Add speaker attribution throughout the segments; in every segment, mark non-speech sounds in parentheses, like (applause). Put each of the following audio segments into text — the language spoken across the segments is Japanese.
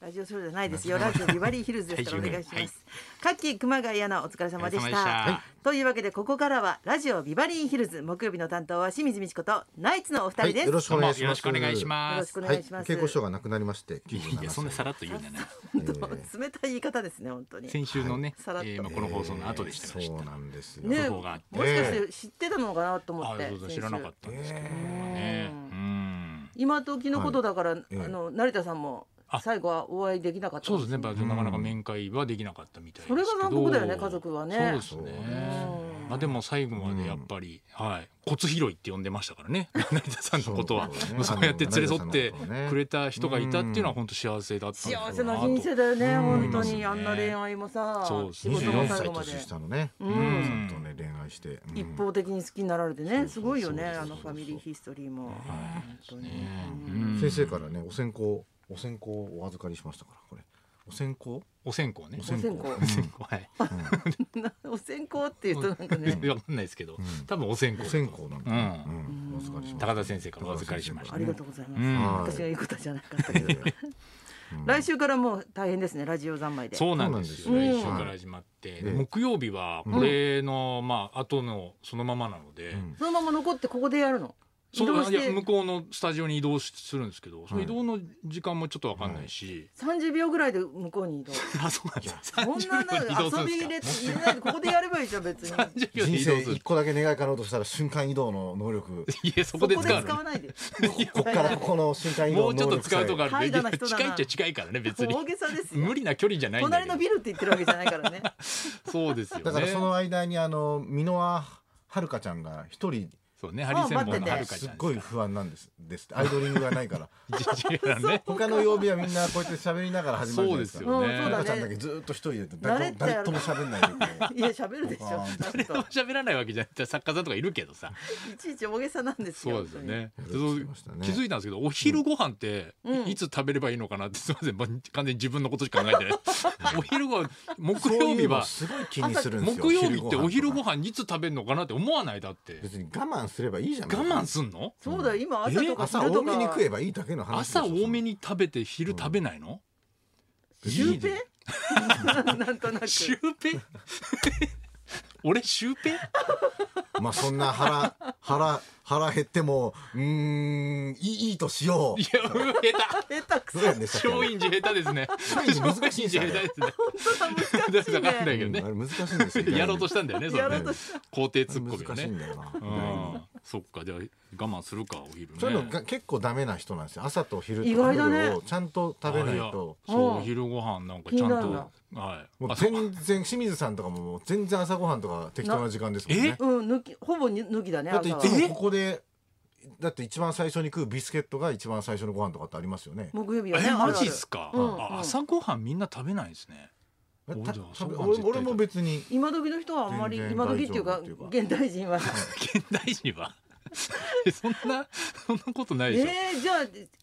Speaker 1: ラジオショーじゃないですよ。ラジオビバリーヒルズですからお願いします。カッキー熊谷アナお疲れ様でした。
Speaker 2: お疲れ様でしたはい
Speaker 1: というわけでここからはラジオビバリーヒルズ木曜日の担当は清水美智子とナイツのお二
Speaker 3: は
Speaker 1: 人
Speaker 3: い、
Speaker 1: です。
Speaker 3: よろしく
Speaker 2: ど
Speaker 3: お
Speaker 2: うも
Speaker 3: 願
Speaker 2: よ
Speaker 3: いしま
Speaker 2: ろ
Speaker 3: す。
Speaker 2: しくお願いしま
Speaker 1: よ
Speaker 2: す。
Speaker 1: ろしくお願いし
Speaker 3: は
Speaker 1: ま
Speaker 3: い、
Speaker 1: す
Speaker 3: 慶子師匠が亡くなりまして、
Speaker 2: いやいやそんなさらっと言うんだね。
Speaker 1: (laughs) 本当冷たい言い方ですね本当に。
Speaker 2: 先週のね、
Speaker 1: さらっと
Speaker 2: えーまあこの放送の後でしたね知
Speaker 3: えー
Speaker 2: っ
Speaker 3: そう
Speaker 2: た
Speaker 3: なんですよ。
Speaker 1: ね、
Speaker 2: 情報
Speaker 1: も
Speaker 2: があっ
Speaker 1: してかして知ってたのかなと思っ
Speaker 2: あー
Speaker 1: て。
Speaker 2: そうだ知らなかったんですけどもね。うん。
Speaker 1: 今時のことだから、
Speaker 3: ええ
Speaker 1: あの成田さんも
Speaker 2: あ
Speaker 1: 最後はお会いできなかったん
Speaker 2: そうですね。
Speaker 1: ね
Speaker 2: まあなかなか面会はできなかったみたいですけど。
Speaker 1: それが南国だよね家族はね
Speaker 2: そうですね
Speaker 1: う。ん
Speaker 2: まあでも最後までやっぱり、はい、骨拾いって呼んでましたからね。 (laughs) 成田さんのことは、
Speaker 3: そう
Speaker 2: も
Speaker 3: そうね
Speaker 2: うそうやって連れ添って
Speaker 3: あの成田さんのことね
Speaker 2: くれた人がいたっていうのは本当幸せだったんだろう
Speaker 1: 幸
Speaker 2: なと
Speaker 1: せな人生だよね
Speaker 2: 思い
Speaker 1: 本当
Speaker 2: ます
Speaker 1: に
Speaker 2: ね
Speaker 1: あんな恋愛もさ
Speaker 2: そうです
Speaker 1: 仕
Speaker 2: ね
Speaker 1: 事も
Speaker 3: 24
Speaker 1: 最
Speaker 3: 歳
Speaker 1: 後まで
Speaker 3: 年下のね、
Speaker 1: うん
Speaker 3: うんさんとね恋愛して、うん
Speaker 1: 一方的に好きになられてね
Speaker 3: そうそう
Speaker 1: すごいよね
Speaker 3: そうそう
Speaker 1: あのファミリーヒストリーも本当に
Speaker 2: うん
Speaker 3: 先生からねお線香お線香をお預かりしましたからこれお線香
Speaker 2: お線香ね。
Speaker 3: お
Speaker 1: お
Speaker 3: 線
Speaker 1: 線
Speaker 3: 香
Speaker 1: 香
Speaker 2: お線香はい。
Speaker 1: お線香って言うとなんかね
Speaker 2: (laughs) わかんないですけど、多分お線香
Speaker 3: お
Speaker 2: だと
Speaker 3: 線香なんだね。
Speaker 2: うん
Speaker 3: うんお預かりしました
Speaker 2: 高田先生からお預かりしました
Speaker 1: ありがとうございます、
Speaker 2: うん
Speaker 1: 私がいいことじゃなかったけど、
Speaker 3: いやいや
Speaker 1: 来週からもう大変ですねラジオ三昧で
Speaker 2: そうなんです
Speaker 3: そう
Speaker 2: よ。
Speaker 3: な
Speaker 2: 来
Speaker 3: んです
Speaker 2: 週
Speaker 3: よ
Speaker 2: から始まって、
Speaker 3: うん
Speaker 2: 木曜日はこれの、まあ後のそのままなので、
Speaker 3: ん
Speaker 1: そのまま残ってここでやるの移
Speaker 2: そう
Speaker 1: 動し
Speaker 2: いや
Speaker 1: て
Speaker 2: 向こうのスタジオに移動しするんですけど、その移動の時間もちょっとわかんないし、
Speaker 1: 30秒ぐらいで向こうに移動
Speaker 2: あそうなんです。
Speaker 1: こ
Speaker 2: 三
Speaker 1: ん
Speaker 2: 十
Speaker 1: な
Speaker 2: 秒
Speaker 1: の
Speaker 2: で移動す
Speaker 1: 遊
Speaker 2: るん
Speaker 1: び入
Speaker 2: で
Speaker 1: れ
Speaker 2: す
Speaker 1: 入
Speaker 2: か。
Speaker 1: れないでここでやればいいじゃん別に
Speaker 2: 三十秒で
Speaker 3: 人
Speaker 2: 移動
Speaker 3: 生
Speaker 2: する
Speaker 3: 一。個だけ願い叶うとしたら瞬間移動の能力。
Speaker 2: いやそ
Speaker 1: そこ
Speaker 2: こで
Speaker 1: で
Speaker 2: 使う
Speaker 1: 使
Speaker 2: の
Speaker 1: わ。ないで
Speaker 3: ここからここの瞬間移
Speaker 2: も
Speaker 3: 動
Speaker 2: う
Speaker 3: の
Speaker 2: ちょ
Speaker 3: 能
Speaker 2: っと
Speaker 3: 力
Speaker 2: 使うとこあ
Speaker 1: はい
Speaker 2: るけ
Speaker 1: だな
Speaker 2: ど
Speaker 1: 人だな
Speaker 2: 近いっちゃ近いからね別に
Speaker 1: 大げさですよ
Speaker 2: 無理な距離じゃないんだ
Speaker 1: 隣
Speaker 2: け
Speaker 1: のビ
Speaker 2: ど
Speaker 1: ルって言ってるわけじゃないからね
Speaker 2: そうですよね
Speaker 3: だからその間にあの箕輪はるかちゃんが一人
Speaker 2: そうねハリセンボンのは
Speaker 1: あ
Speaker 2: る
Speaker 1: 待
Speaker 2: か
Speaker 3: す
Speaker 2: ち
Speaker 3: っ
Speaker 2: ゃん
Speaker 3: ごい不安なんですですってアイドリングがない
Speaker 2: (laughs)
Speaker 3: から
Speaker 2: ですからね
Speaker 3: 他の曜日はみんなこうやって喋りながら始まるじゃないですか
Speaker 2: そうです
Speaker 1: う
Speaker 2: よ
Speaker 1: んそ
Speaker 2: ね
Speaker 1: う
Speaker 3: は
Speaker 1: だ
Speaker 3: るかちゃんだ
Speaker 1: ね
Speaker 3: けずーっと一人で
Speaker 1: 慣れ
Speaker 3: 誰
Speaker 1: て
Speaker 3: と
Speaker 1: やる
Speaker 3: 誰とも喋んないでこう
Speaker 1: いや喋るでしょ
Speaker 3: あー
Speaker 1: ちゃんと
Speaker 2: 喋らないわけじゃなくて作家さんとかいるけどさ
Speaker 1: いちいち大げさなんですよ
Speaker 2: そうですよね。
Speaker 3: 本
Speaker 2: そ
Speaker 3: 当に
Speaker 2: う気づいたんですけど、お昼ご飯って、
Speaker 1: うん
Speaker 2: いいつ食べればいいのかなって、す (laughs) みません、まあ完全に自分のことしか考えてない。お昼ご飯、木
Speaker 3: そう
Speaker 2: 曜
Speaker 3: い
Speaker 2: 日
Speaker 3: うの
Speaker 2: は、
Speaker 3: すごい気にするんですよ
Speaker 2: 木曜日ってお昼ご
Speaker 3: とか
Speaker 2: 飯いつ食べるのかなって思わないだって。
Speaker 3: 別に我慢すればいいじゃん
Speaker 2: 我慢すんの
Speaker 1: 本当にそうだよ今朝とか
Speaker 3: 朝
Speaker 1: 昼
Speaker 3: 多
Speaker 1: と
Speaker 3: め
Speaker 1: か
Speaker 3: に食えばいいだけの話
Speaker 2: 朝多め
Speaker 3: に
Speaker 2: に食べて昼食べないの、
Speaker 1: シュウペ
Speaker 2: いいね
Speaker 1: イ (laughs) なんとなく
Speaker 2: シュウペイ (laughs) 俺シュウペイ
Speaker 3: まあそんな腹腹腹減ってもうーんいいいいとしよう
Speaker 2: いや、うわ下
Speaker 1: 下手く
Speaker 3: ど
Speaker 1: そう
Speaker 3: やんで
Speaker 2: 手。
Speaker 3: したっけ
Speaker 2: 松陰寺下手ですね。
Speaker 3: 松陰寺難しいんですよ
Speaker 2: 松陰寺下手です
Speaker 1: 難し
Speaker 2: ね。
Speaker 1: い
Speaker 2: わかんな
Speaker 1: ね
Speaker 2: いけど
Speaker 3: うんあ
Speaker 2: ね。
Speaker 3: れ難しいんですよ
Speaker 2: やろうとしたんだよね、それ
Speaker 1: やろう
Speaker 2: ね
Speaker 1: とした
Speaker 2: 肯定ツッコミを
Speaker 3: 難しい
Speaker 2: ね
Speaker 3: ん。だよな
Speaker 2: うんそっかじゃあ我慢するかお昼ね
Speaker 3: そういうのが結構ダメな人なんですよ朝と昼と
Speaker 1: 意外だね
Speaker 3: 夜をちゃんと食べないと
Speaker 2: あやそうお昼ご飯なんかちゃん
Speaker 1: 気にな
Speaker 2: と
Speaker 1: る
Speaker 2: はい
Speaker 3: もう
Speaker 2: あそう
Speaker 3: 全然清水さんとかももう全然朝ごはんとか適当な時間ですもんね
Speaker 1: うん抜きほぼ抜きだね
Speaker 3: だってい
Speaker 1: 朝は
Speaker 3: つもここでだって一番最初に食うビスケットが一番最初のご飯とかってありますよね
Speaker 1: 木曜日はね
Speaker 2: え
Speaker 1: あるある
Speaker 2: マジっすか
Speaker 1: うんうん
Speaker 2: あ朝ごはんみんな食べないですね
Speaker 3: (laughs) た
Speaker 2: 俺だ朝
Speaker 3: 食べ
Speaker 2: ごはん絶
Speaker 3: 俺
Speaker 2: 対
Speaker 3: 俺も別に
Speaker 1: 今時の人はあんまり
Speaker 3: 全然
Speaker 1: 今時っていうか
Speaker 3: (laughs) 大丈夫って
Speaker 1: 現代人は
Speaker 2: 現代人はえそんなそんなことないでしょ
Speaker 1: えー、じゃ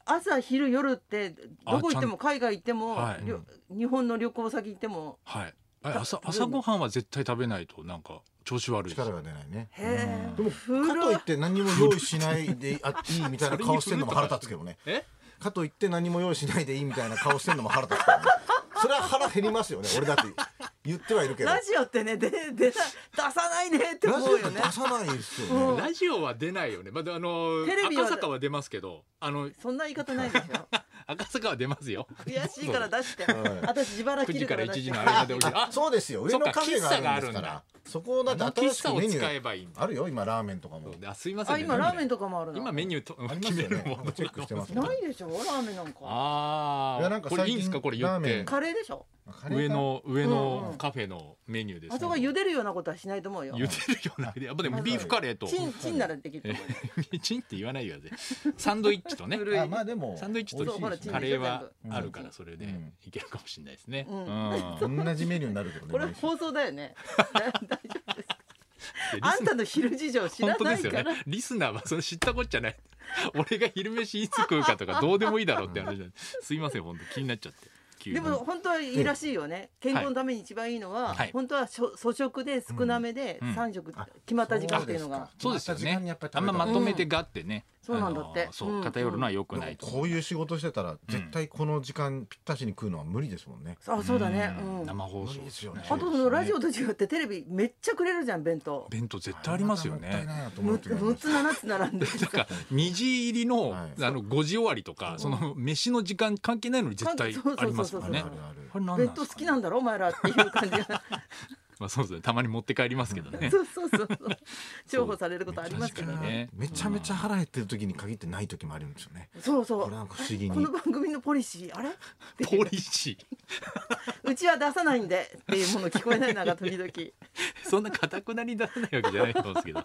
Speaker 1: あ朝昼夜ってどこ行っても海外行っても、
Speaker 2: はい
Speaker 1: りょ日本の旅行先行っても
Speaker 2: はいえ朝朝ごはんは絶対食べないとなんか調子悪いです
Speaker 3: 力が出ないね
Speaker 1: へ
Speaker 3: でも
Speaker 1: 古い
Speaker 3: かといって何も用意しないであいいみたいな顔してるのも腹立つけどね
Speaker 2: え
Speaker 3: かといって何も用意しないでいいみたいな顔してるのも腹立つけどねそれは腹減りますよね俺だって言ってはいる
Speaker 1: え
Speaker 3: けど
Speaker 1: ラジオってねでで出さないねって思うよね
Speaker 3: ラジオって出さないですよ
Speaker 1: う
Speaker 3: ね。
Speaker 1: ん
Speaker 2: ラジオは出ないよねまだあの
Speaker 1: テレビは
Speaker 2: 赤坂は出ますけどあの
Speaker 1: そんな言い方ないでしょ
Speaker 2: 赤坂は出ますよ
Speaker 1: 悔しいから出して
Speaker 3: はい
Speaker 1: 私自腹
Speaker 2: 9
Speaker 1: 切
Speaker 2: 時
Speaker 1: る
Speaker 2: か
Speaker 1: からら
Speaker 2: 1
Speaker 1: 出して
Speaker 2: 時の間で起き (laughs) るあ
Speaker 3: そうですよ。上
Speaker 2: そっ
Speaker 3: の
Speaker 2: か
Speaker 3: カフェがあるんで
Speaker 2: 喫茶があ
Speaker 3: すか
Speaker 2: る
Speaker 3: ら。そこをだって
Speaker 2: あの
Speaker 3: 新しくメニュ
Speaker 2: 喫茶を使えばいい
Speaker 3: ー
Speaker 2: んだ
Speaker 3: あるよ今ラーメンとかも
Speaker 2: そうであすいません
Speaker 1: あ
Speaker 2: ね
Speaker 1: 今ラーメンとかもあるの
Speaker 2: 今メニューと
Speaker 3: ありま
Speaker 2: 決
Speaker 3: す
Speaker 2: め
Speaker 3: よ
Speaker 2: る
Speaker 3: ね
Speaker 2: も。
Speaker 3: チェックしてます。
Speaker 1: ないでしょラーメンなんか
Speaker 2: あ
Speaker 3: いやなん
Speaker 2: あ
Speaker 3: か
Speaker 2: これいいんですか
Speaker 3: 最近
Speaker 2: これ言っ
Speaker 3: ラーメ
Speaker 2: て
Speaker 3: ン
Speaker 1: カレーでしょ
Speaker 3: カレーか
Speaker 2: 上の上
Speaker 1: うんう
Speaker 2: の
Speaker 1: ん
Speaker 2: カフェのメニューです
Speaker 1: あ
Speaker 2: ね
Speaker 1: そこは茹でるようなことはしないと思うよ
Speaker 2: 茹でるようなやっぱでもビーフカレーと
Speaker 1: チンチンならできると
Speaker 2: え
Speaker 1: 思うよ
Speaker 2: (laughs) チンって言わないよぜサンドイッチとね
Speaker 3: あまあでも
Speaker 2: サンドイッチ
Speaker 3: 美味
Speaker 2: と
Speaker 3: しい
Speaker 1: そうほらチン
Speaker 2: カレーは
Speaker 3: うん
Speaker 2: あるからそれで
Speaker 3: うん
Speaker 2: いけるかもしれないですね
Speaker 1: う
Speaker 2: うんん
Speaker 1: (laughs)
Speaker 3: 同じメニューになるけどね。
Speaker 1: これ
Speaker 3: 毎週
Speaker 1: 放送だよね大丈夫ですか
Speaker 2: でリ
Speaker 1: あ
Speaker 2: ス
Speaker 1: んたの昼事情知
Speaker 2: 本
Speaker 1: ら
Speaker 2: 当で
Speaker 1: ない
Speaker 2: すよ
Speaker 1: か
Speaker 2: ね
Speaker 1: ら
Speaker 2: リスナーはその知ったこっちゃない俺が昼飯いつ食うかとかどうでもいいだろうって話なんですすいません本当気になっちゃって急に
Speaker 1: でも本当はいいらしいよね健康のために一番いいのは、
Speaker 2: はい
Speaker 1: 本当はしょ粗食で少なめで
Speaker 2: うん
Speaker 1: 3食決まった時間っていうのが、
Speaker 3: あ
Speaker 2: そうですよ
Speaker 3: 決まった時間に
Speaker 2: ね
Speaker 3: やっぱり食
Speaker 2: あん
Speaker 3: べた
Speaker 2: ま
Speaker 3: 方が
Speaker 2: まとめてがってね
Speaker 1: そうなんだって
Speaker 2: あのそう
Speaker 1: うん
Speaker 2: 偏るのは良くないと、
Speaker 3: こういう仕事してたら絶対この時間ぴったしに食うのは無理ですもんね、
Speaker 1: あそうだね、う
Speaker 2: ん
Speaker 1: ん、あ
Speaker 2: 生放送
Speaker 3: 無理ですよね
Speaker 1: とそのラジオと違ってテレビめっちゃくれるじゃん弁当
Speaker 2: 弁当絶対ありますよ
Speaker 3: ま
Speaker 2: (laughs)
Speaker 3: たもったい
Speaker 2: ね
Speaker 3: ないなと思う
Speaker 1: 六
Speaker 3: 時がありま
Speaker 1: つ七つ並んで
Speaker 2: だから2時入りの,、
Speaker 3: はい
Speaker 2: あの5時終わりとか、その飯の時間関係ないのに絶対ありますか
Speaker 1: そうそ
Speaker 2: ら
Speaker 1: うそう
Speaker 2: ね
Speaker 1: そう
Speaker 3: すあるある
Speaker 2: これ何
Speaker 1: 弁
Speaker 2: なんで
Speaker 1: 当
Speaker 2: す
Speaker 1: 好
Speaker 2: か
Speaker 1: き
Speaker 2: ね
Speaker 1: なんだろお前らっていう感じ (laughs) が
Speaker 2: まあそうですねたまに持って帰りますけどね
Speaker 1: そうそうそうそう重宝されることありますけど
Speaker 2: 確かに
Speaker 1: ね
Speaker 2: ね
Speaker 3: めちゃめちゃ腹減ってる時に限ってない時もあるんですよね
Speaker 1: そうそう
Speaker 3: これなんか不思議に
Speaker 1: この番組のポリシーあれっていう
Speaker 2: ポリシ
Speaker 1: うちは出さないんでっていうもの聞こえないのが時 (laughs) 々
Speaker 2: ー (laughs) そんなかたくなに出せないわけじゃないと思うんですけど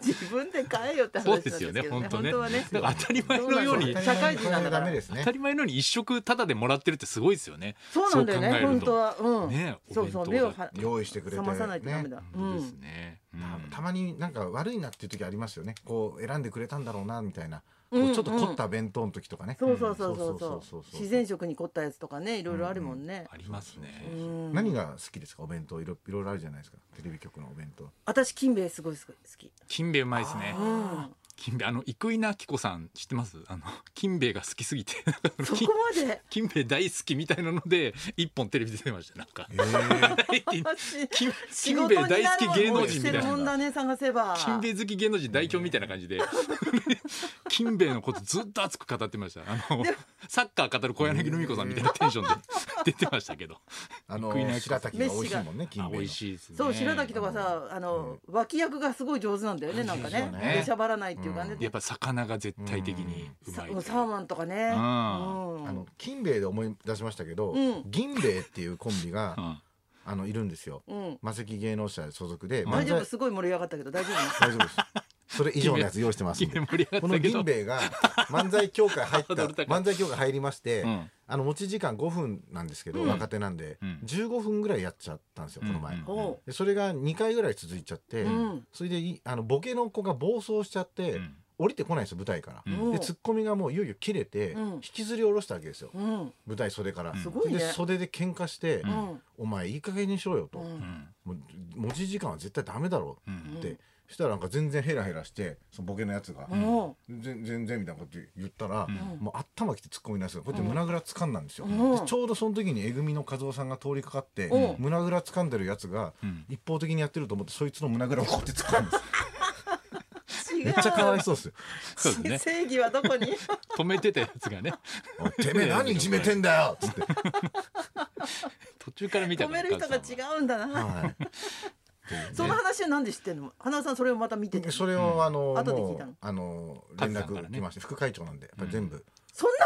Speaker 1: 自分で買えよって話
Speaker 2: そ
Speaker 1: なん
Speaker 2: う
Speaker 1: で
Speaker 2: ですす
Speaker 1: けど
Speaker 2: よね
Speaker 1: ね
Speaker 2: 本当ね
Speaker 1: はね
Speaker 2: だから当たり前のよう
Speaker 1: そ
Speaker 2: に
Speaker 1: う社会人なんだから
Speaker 3: 当たり前にこれはダメです
Speaker 2: 当
Speaker 3: ね
Speaker 2: たり前のように一食タダでもらってるってすごいですよね
Speaker 1: そうなんだよね
Speaker 2: そう
Speaker 1: 本
Speaker 2: 考
Speaker 1: 当はうん、
Speaker 2: ねえ
Speaker 1: そうそ
Speaker 2: お
Speaker 1: う
Speaker 2: 弁当
Speaker 1: 目を
Speaker 2: だ
Speaker 1: は
Speaker 3: 用意してくれて、
Speaker 1: 冷まさないとダメだ、
Speaker 3: ね
Speaker 1: うん
Speaker 2: ですね、うん
Speaker 3: たたまになんか悪いなっていう時ありますよねこう選んでくれたんだろうなみたいな、
Speaker 1: うん
Speaker 3: こうちょっと凝った弁当の時とかね、
Speaker 1: そうそうそうそう
Speaker 3: うん
Speaker 1: そう自然食に凝ったやつとかねいろいろあるもんね、
Speaker 2: ありますね
Speaker 3: そうそうそう
Speaker 1: うん
Speaker 3: 何が好きですかお弁当いろいろいろあるじゃないですかテレビ局のお弁当
Speaker 1: 私金兵衛すごいすごい好き、
Speaker 2: 金兵衛うまいですね
Speaker 1: うん、
Speaker 2: 金兵衛あの生稲晃子さん知ってますあの金兵衛が好きすぎてなんか
Speaker 1: そこ
Speaker 2: 金
Speaker 1: まで
Speaker 2: 金兵衛大好きみたいなので一本テレビ出てましたなん
Speaker 1: (laughs)
Speaker 2: か
Speaker 3: えー
Speaker 1: 私
Speaker 2: 金
Speaker 1: 仕
Speaker 2: 金
Speaker 1: 事に
Speaker 2: 兵衛
Speaker 1: なる
Speaker 2: 大好き芸能人み
Speaker 1: して
Speaker 2: たい
Speaker 1: るもん
Speaker 2: な
Speaker 1: だね探せば
Speaker 2: 金兵衛好き芸能人代表みたいな感じで (laughs) 金兵衛のことずっと熱く語ってましたあのサッカー語る小柳ルミ子さんみたいなテンションで (laughs) 出てましたけど
Speaker 3: あ
Speaker 2: 食いな
Speaker 3: の
Speaker 2: い
Speaker 3: 白滝が美味しいもんね金
Speaker 2: あ
Speaker 3: 兵衛
Speaker 2: 美
Speaker 3: の
Speaker 2: 味しいですね
Speaker 1: そう白滝とかさあの、脇役がすごい上手なんだよねなんかね
Speaker 3: そう
Speaker 2: ね
Speaker 1: 出しゃばらないっていうかね、
Speaker 2: やっぱ魚が絶対的にう
Speaker 1: さ
Speaker 2: まい
Speaker 1: もうサーモンとかね、うん、
Speaker 2: あ
Speaker 3: あの金兵衛で思い出しましたけど、
Speaker 1: うん
Speaker 3: 銀兵衛っていうコンビ
Speaker 2: (laughs) う
Speaker 3: が
Speaker 2: ん
Speaker 3: あのいるんですよ
Speaker 1: うん、
Speaker 3: 魔石芸能者所属で
Speaker 1: 大
Speaker 3: 漫
Speaker 1: 丈夫
Speaker 3: 才
Speaker 1: すごい盛り上がったけど大丈
Speaker 3: 大丈夫ですそれ以上のやつ用意してますん
Speaker 2: 金
Speaker 3: で
Speaker 2: 兵衛盛り上がっ
Speaker 3: この
Speaker 2: たけ
Speaker 3: 銀
Speaker 2: ど
Speaker 3: 兵衛が漫才協会入った
Speaker 2: ハードル高い
Speaker 3: 漫才協会入りまして、
Speaker 2: うん
Speaker 3: あの持ち時間5分なんですけど、
Speaker 1: うん
Speaker 3: 若手なんで、
Speaker 2: うん
Speaker 3: 15分ぐらいやっちゃったんですよこの前、
Speaker 2: うん
Speaker 1: 夫おう
Speaker 3: でそれが2回ぐらい続いちゃって、
Speaker 1: うん
Speaker 3: それでいあのボケの子が暴走しちゃって、
Speaker 2: うん
Speaker 3: 降りてこないんですよ舞台から、
Speaker 2: うん
Speaker 3: でツッコミがもういよいよ切れて、
Speaker 1: うん
Speaker 3: 引きずり下ろしたわけですよ
Speaker 1: うん
Speaker 3: 舞台袖から、
Speaker 2: うんす
Speaker 1: ごいね
Speaker 3: で袖で喧嘩して、
Speaker 1: う
Speaker 2: うん
Speaker 3: お前いい加減にしろよと、
Speaker 1: うん
Speaker 2: うん
Speaker 3: もう持ち時間は絶対ダメだろ
Speaker 2: うん
Speaker 3: うって、したらなんか全然ヘラヘラしてそのボケのやつが、
Speaker 1: も
Speaker 3: 全全然みたいなこと言ったら、
Speaker 1: うん
Speaker 3: もう頭きて突っ込みなんですがこうやって胸ぐら掴んだんですよ、
Speaker 1: うん
Speaker 3: でちょうどその時にえぐみの和夫さんが通りかかって、
Speaker 1: うん
Speaker 3: 胸ぐら掴んでるやつが、
Speaker 2: うん
Speaker 3: 一方的にやってると思ってそいつの胸ぐらをこうやって掴むんです
Speaker 1: う違う
Speaker 3: めっちゃかわいそうですよ
Speaker 2: そうです
Speaker 1: (laughs)
Speaker 2: ね
Speaker 1: 正義はどこに
Speaker 2: 止めてたやつがね
Speaker 3: 「おいてめえ何いじめてんだよ」っつって、
Speaker 2: 途中から見た
Speaker 1: 止
Speaker 2: から
Speaker 1: める人が違
Speaker 2: お母
Speaker 1: うんだな、
Speaker 3: はい
Speaker 1: (laughs) その話はなんで知ってんの花輪さんそれをまた見てて
Speaker 3: で
Speaker 1: そ
Speaker 3: それをあの、
Speaker 1: 後で聞い
Speaker 3: も
Speaker 1: たの
Speaker 3: うあの
Speaker 2: カ
Speaker 3: 連
Speaker 2: ズさんからね
Speaker 3: 絡来まして、副会長なんでやっぱり全部、
Speaker 1: んな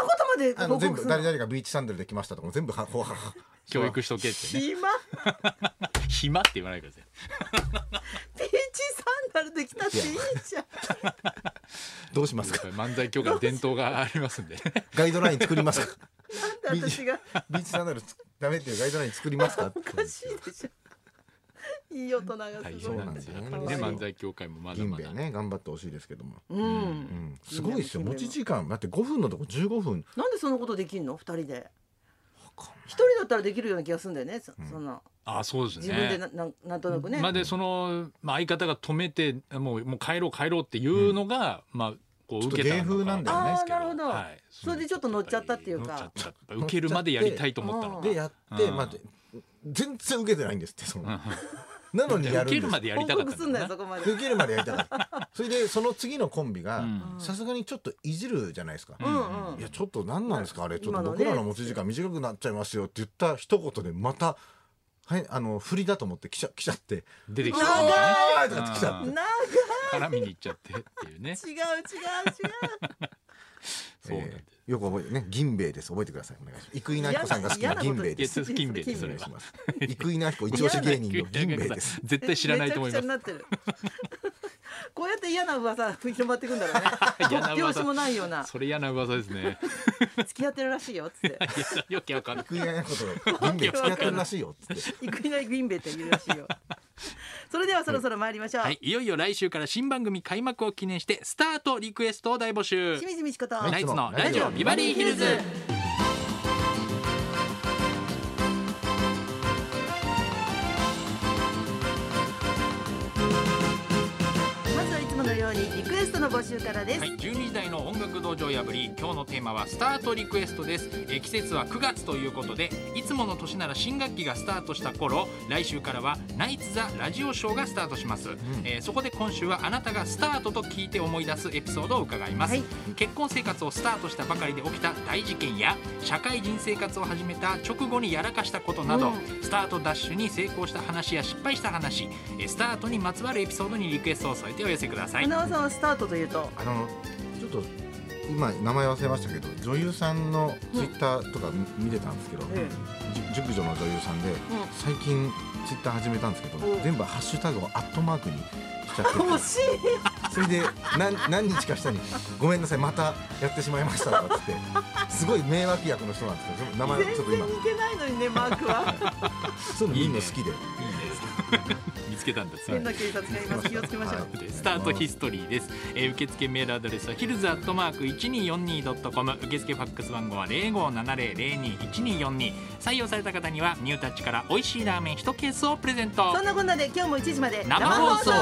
Speaker 1: ことまで
Speaker 3: あの
Speaker 1: 報
Speaker 3: 全
Speaker 1: 告す
Speaker 3: 部
Speaker 1: る
Speaker 3: 誰
Speaker 1: の
Speaker 3: 々がビーチサンダルで来ましたとかも全部はこう
Speaker 2: さんは教育しとけ
Speaker 1: (laughs)
Speaker 2: ってね
Speaker 1: 暇
Speaker 2: 暇って言わないでください
Speaker 1: ピーチサンダルできたっていいじゃん
Speaker 3: どうしますか
Speaker 2: 漫才協会の伝統がありますんでね
Speaker 3: (laughs) ガイドライン作りますか
Speaker 1: なんで私が
Speaker 3: ビーチサンダルつダメっていうガイドライン作りますかって
Speaker 1: おかしいでしょいい大人が
Speaker 2: (laughs) 大
Speaker 1: す
Speaker 2: 丈
Speaker 1: ご
Speaker 2: 夫
Speaker 1: い
Speaker 2: なんですよやっぱりね漫才協会もまだ
Speaker 3: 銀
Speaker 2: ま
Speaker 3: 兵衛
Speaker 2: だ
Speaker 3: ね頑張ってほしいですけども、
Speaker 1: うん
Speaker 3: うん、すごいですよ
Speaker 1: 銀兵衛
Speaker 3: 持ち時間だって5分のとこ15分
Speaker 1: なんでそんなことできんの二人で
Speaker 3: かんない
Speaker 1: 一人だったらできるような気がするんだよねそ,、んな
Speaker 2: あそうです
Speaker 1: 自分で
Speaker 2: ね
Speaker 1: ななんなんとなくね、
Speaker 2: まあでそのまあ相方が止めてもうもう帰ろう帰ろうっていうのがまあこう
Speaker 3: ちょっと
Speaker 2: 受けたのか
Speaker 3: 芸風なんだよね
Speaker 1: あーなるほど
Speaker 2: はい
Speaker 1: それでちょっと乗っちゃったっていうか
Speaker 2: 乗ちゃったやっぱ受けるまでやりたいと思ったの
Speaker 1: うん
Speaker 2: で
Speaker 3: でやって、
Speaker 2: うん
Speaker 3: まあ、で全然受けてないんですってその、なのにや
Speaker 2: 受ける
Speaker 3: るんです
Speaker 2: までやりたかっ
Speaker 1: 報
Speaker 2: た
Speaker 1: 告すん
Speaker 2: ん
Speaker 1: な
Speaker 2: だ
Speaker 1: よ
Speaker 2: よ
Speaker 1: そこまで
Speaker 3: 受けるまでやりたかったそれでその次のコンビが
Speaker 2: うん
Speaker 3: さすがにちょっといじるじゃないですか、
Speaker 1: うんうん
Speaker 3: いやちょっと何なんですかあれちょっ
Speaker 1: 今
Speaker 3: と
Speaker 1: のね
Speaker 3: 僕らの持ち時間短くなっちゃいますよって言った一言でまたはいあの振りだと思って来ちゃ来ちゃって
Speaker 2: 出てき
Speaker 3: 「
Speaker 2: た
Speaker 1: 長
Speaker 2: のね
Speaker 3: あー!」とかって来ちゃっ
Speaker 2: う
Speaker 3: て
Speaker 2: ん
Speaker 1: 長
Speaker 2: 絡みに行っちゃってって
Speaker 1: (laughs)
Speaker 2: いうね
Speaker 1: い違う違う違
Speaker 2: そうなんだよ
Speaker 3: えーよく覚えてね銀兵衛です覚えてくださいお願いします生稲彦さんが好きな銀兵衛
Speaker 2: いや
Speaker 3: です
Speaker 2: それ金兵衛で
Speaker 1: 嫌
Speaker 2: す
Speaker 1: な
Speaker 2: そ
Speaker 1: こ
Speaker 2: れは
Speaker 3: お願いします生稲彦一押し芸人の銀兵衛です
Speaker 2: (laughs) 絶
Speaker 1: う
Speaker 2: 対知らないと思い
Speaker 1: (laughs)
Speaker 2: ま
Speaker 1: めちゃくちゃになって
Speaker 2: す
Speaker 1: る (laughs) こうやって嫌な
Speaker 2: (laughs)
Speaker 1: 噂広まっていくんだろうね
Speaker 2: 嫌な噂
Speaker 1: 突拍子もないような
Speaker 2: (laughs) それ嫌な噂ですね
Speaker 1: 付き合ってるらしいよっつって
Speaker 2: いやよくわかんない
Speaker 3: 生稲彦と銀兵衛付き合ってるらしいよっつって
Speaker 1: 生稲銀兵衛って言うらし
Speaker 2: (laughs)
Speaker 1: いよそれではそろそろ参りましょう、
Speaker 2: はい、いよいよ来週から新番組開幕を記念してスタートリクエストを大募集
Speaker 1: 清水美智子と
Speaker 2: ナイツのラジオビバリーヒルズ
Speaker 1: まずはいつものようにリクエストのの募集からです、
Speaker 2: はい、12時台の音楽道場破り今日のテーマはスタートリクエストですえー季節は9月ということでいつもの年なら新学期がスタートした頃来週からはナイツ・ザ・ラジオショーがスタートします、えーそこで今週はあなたがスタートと聞いて思い出すエピソードを伺います、
Speaker 1: はい
Speaker 2: 結婚生活をスタートしたばかりで起きた大事件や社会人生活を始めた直後にやらかしたことなど、
Speaker 1: うん
Speaker 2: スタートダッシュに成功した話や失敗した話えースタートにまつわるエピソードにリクエストを添えてお寄せください
Speaker 1: 花輪さんはスタートというと
Speaker 3: あのちょっと今名前忘れましたけど女優さんのツイッターとか見見れたんですけど、
Speaker 1: え
Speaker 3: じ熟女の女優さんで、最近ツイッター始めたんですけど、
Speaker 1: うん
Speaker 3: 全部ハッシュタグをアットマークにしちゃって
Speaker 1: 欲しい
Speaker 3: それで何何日か下に「ごめんなさいまたやってしまいました」とかっつってすごい迷惑役の人なんですけど名前ちょっ
Speaker 1: 全
Speaker 3: と今
Speaker 1: 然似てないのにねマークは
Speaker 3: そういうの見るの好きで。
Speaker 2: いいね (laughs) 見つけたんです、
Speaker 1: 変な警察がいます気をつけましょう、
Speaker 3: はい
Speaker 2: スタートヒストリーです、えー受付メールアドレスはヒルズアットマーク 1242.com 受付ファックス番号は0570021242採用された方にはニュータッチから美味しいラーメン1ケースをプレゼント
Speaker 1: そんなこんなで今日も1時まで
Speaker 2: 生放送